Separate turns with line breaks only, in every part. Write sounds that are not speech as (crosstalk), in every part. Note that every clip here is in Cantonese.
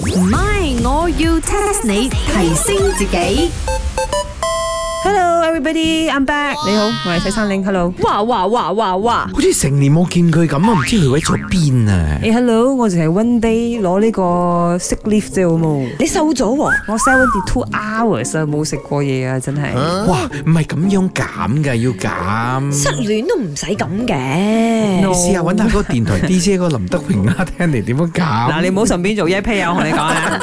唔係，我要 test 你提升自己。
Hello everybody, I'm back。你好，我係西山嶺。Hello，
哇哇哇哇哇！
好似成年冇見佢咁啊，唔知佢位咗邊啊
(laughs) 誒、？Hello，我淨係 one day 攞呢個 sick leave 啫，好冇？
你瘦咗喎、
我 seventy two hours à, 啊，冇食過嘢啊，真係。
哇，唔係咁樣減㗎，要減。
失戀都唔使咁嘅。
No
試下揾下嗰個電台 DJ 嗰個林德榮啦，聽嚟點樣
嗱，
減？
你唔好順便做一 pair 啊！我同你講啊，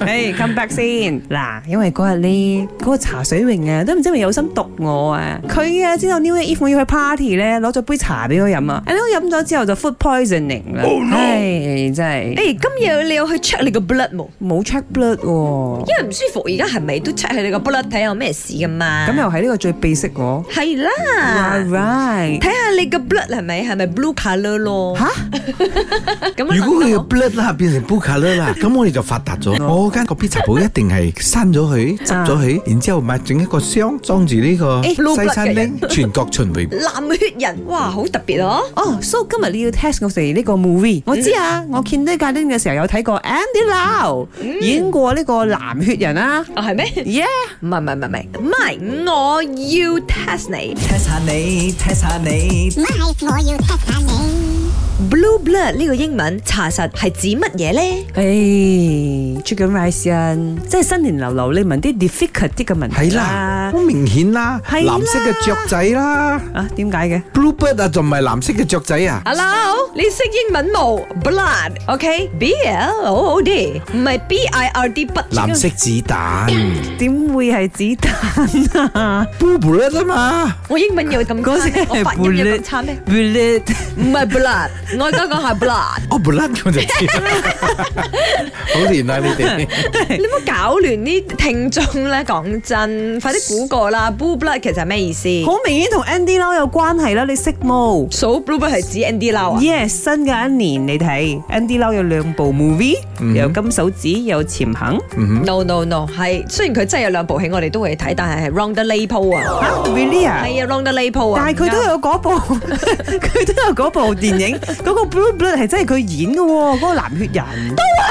誒，come back 先。嗱，因為嗰日呢，嗰個茶水榮啊，都唔知係咪有心毒我啊。佢啊，知道 New Year Eve 我要去 party 咧，攞咗杯茶俾我飲啊。誒，我飲咗之後就 food poisoning 啦。唉，真係，
誒、今日你有去 check 你個 blood 冇？
冇 check blood 喎。
因為唔舒服，而家係咪都 check 下你個 blood 睇下有咩事噶嘛？
咁又係呢個最 basic 喎。
係啦
All。right。
睇下你個 blood 係咪係咪 blue colour 咯？ (laughs)
吓？
咁樣
如果
諗
佢嘅 blood 啦變成 b u c a l 啦，咁我哋就發達咗。我間個 pizza 鋪一定係刪咗佢，執咗佢，然之後買整一個箱裝住呢個
誒撈
西餐
筆嘅人
廳全國巡迴。
藍血人，哇，好特別哦！
哦，so Oh, 今日你要 test 我哋呢個 movie，我知啊，我見呢架 n 嘅時候有睇過 Andy Lau 演過呢個藍血人啊
啊，係咩？
，yeah，
唔係唔係唔係唔係，唔係，我要 test 你
test 下你，test 下你。
唔係，我要 test 下你。
blue blood 呢個英文查實係指乜嘢咧？
誒，Chicken Rice 啊，即係新年流流，你問啲 difficult 啲嘅問題
係
啦
啦，好，明顯啦，
啊係啦
藍色嘅雀仔啦
啊點解嘅？
，bluebird 啊，仲唔係藍色嘅雀仔啊？
Hello，你識英文冇？Blood，OK，B L O O D，唔係 B I R D 不。
藍色子彈。
點會係子彈
(laughs)
啊？
bluebird 啊嘛。
我英文有咁
嗰
差
時
咩？我
係
發音有咁差咩？
bullet，bullet，
唔係 blood，我嗰個
(laughs)
係 blood。
哦，不甩我就知， (laughs) 好亂啊！你哋
你唔好搞亂啲聽眾咧，講真，快啲估過啦。Blue blood 其實係咩意思？
好明顯同 Andy Lau 有關係啦，你識冇？
數 blue blood 係指 Andy Lau à? 啊？
Yes，新嘅一年你睇 Andy Lau 有兩部 movie，有金手指，有潛行。
No no no，係雖然佢真係有兩部戲我哋都會睇，但係係 Round the Lapo 啊，
啊，really 啊？
係啊 Round the Lapo 啊，
但係佢都有嗰部， (laughs) 佢都有嗰部電影，嗰個 Blue Blood 係真係佢演嘅喎，嗰個藍血人。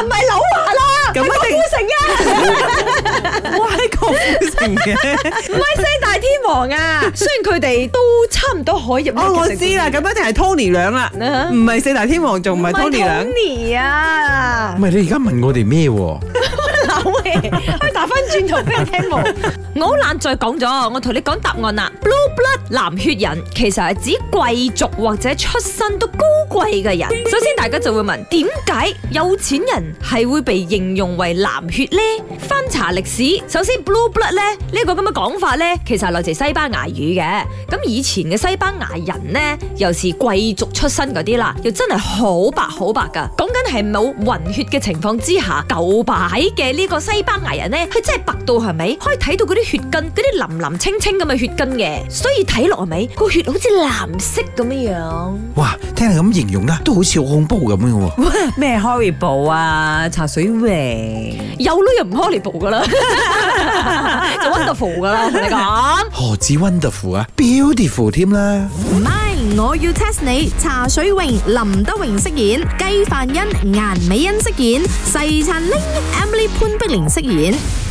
唔係柳華啦，
咁
咁
一
一
定
定成啊，
(laughs) 哇！呢個富城 (laughs) 嘅，
唔係四大天王
(laughs)
啊，雖然佢哋都差唔多可以入呢個
哦，我
劇情
知啦，咁一定係 Tony 兩啦，
啊
唔係四大天王，仲唔係 Tony 兩？
Tony 啊
(laughs) 唔，係你而家問我哋咩喎？
扭嘅，可以打翻轉頭俾我聽冇。我好懶再講咗，我同你講答案啦。Blue blood 藍血人其實係指貴族或者出身都高貴嘅人。首先大家就會問點解有錢人係會被形容為藍血呢？翻查歷史，首先 blue blood 咧呢、個咁嘅講法呢，其實係來自西班牙語嘅。咁以前嘅西班牙人呢，又是貴族出身嗰啲啦，又真係好白好白噶。講緊係冇混血嘅情況之下，舊擺嘅呢個西班牙人呢，佢真係白到係咪？可以睇到嗰啲血筋，嗰啲淋淋清清咁嘅血筋嘅，所以睇落係咪個血好似藍色咁樣樣？
哇，聽你咁形容啦，都好似好恐怖咁樣喎。
咩 Horrible 啊，茶水榮。
有女又唔 horrible 噶啦， (laughs) 就 wonderful 噶啦，我同你講。
何止 wonderful 啊，beautiful 添啦。
唔係，我要 test 你。茶水榮、林德榮飾演，雞范欣、顏美欣飾演，細陳玲、Emily 潘碧玲飾演。